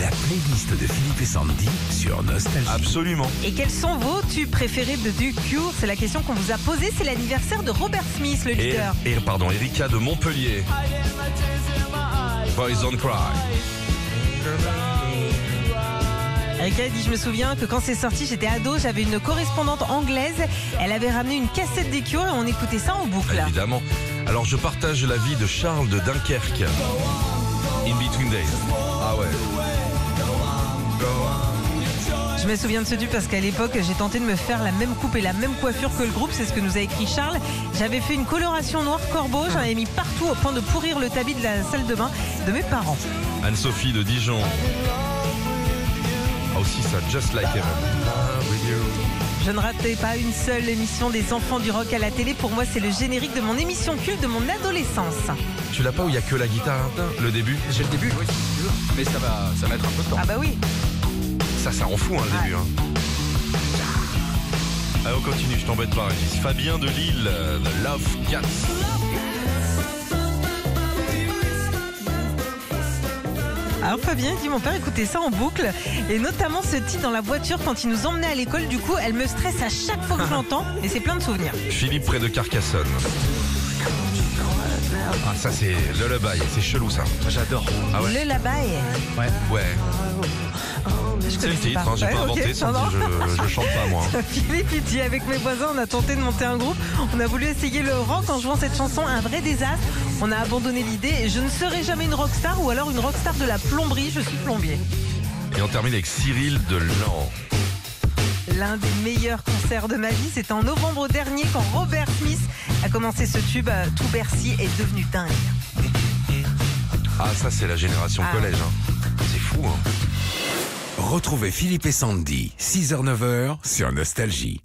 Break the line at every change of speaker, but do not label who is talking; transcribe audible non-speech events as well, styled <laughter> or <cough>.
La playlist de Philippe et Sandy sur Nostalgie.
Absolument.
Et quels sont vos tubes préférés de The Cure C'est la question qu'on vous a posée. C'est l'anniversaire de Robert Smith, le
Et,
leader.
et pardon, Erika de Montpellier. Boys Don't Cry.
Erika dit Je me souviens que quand c'est sorti, j'étais ado, j'avais une correspondante anglaise. Elle avait ramené une cassette des Cure et on écoutait ça en boucle.
Évidemment. Alors je partage la vie de Charles de Dunkerque. In Between Days. Ah ouais.
Je me souviens de ce tube parce qu'à l'époque, j'ai tenté de me faire la même coupe et la même coiffure que le groupe. C'est ce que nous a écrit Charles. J'avais fait une coloration noire corbeau. J'en avais mis partout au point de pourrir le tapis de la salle de bain de mes parents.
Anne-Sophie de Dijon. Ah aussi ça, Just Like Heaven.
Je ne ratais pas une seule émission des enfants du rock à la télé. Pour moi, c'est le générique de mon émission culte de mon adolescence.
Tu l'as pas où il y a que la guitare hein, Le début
J'ai le début, oui, si tu veux. Mais ça va, ça va être un peu de temps.
Ah bah oui.
Ça, ça rend fou hein, le
Ouais.
début. Hein. Allez, on continue, je t'embête pas, Régis. Fabien de Lille, euh, The Love Cats.
Alors Fabien il dit mon père écoutait ça en boucle et notamment ce titre dans la voiture quand il nous emmenait à l'école. Du coup, elle me stresse à chaque fois que je l'entends et c'est plein de souvenirs.
Philippe près de Carcassonne. Ah ça c'est lullaby, c'est chelou ça.
J'adore.
Ah ouais
Le labaille.
Ouais.
Ouais. C'est le titre, hein, j'ai pas inventé, sans dire, je, je chante pas moi.
<laughs>
hein.
Philippe il dit avec mes voisins on a tenté de monter un groupe, on a voulu essayer le rock en jouant cette chanson, un vrai désastre. On a abandonné l'idée, je ne serai jamais une rockstar ou alors une rockstar de la plomberie, je suis plombier.
Et on termine avec Cyril de Lan.
L'un des meilleurs concerts de ma vie, c'était en novembre dernier quand Robert Smith a commencé ce tube, euh, tout Bercy est devenu dingue.
Ah ça c'est la génération
Ah.
collège. hein. C'est fou hein.
Retrouvez Philippe et Sandy, 6h-9h sur Nostalgie.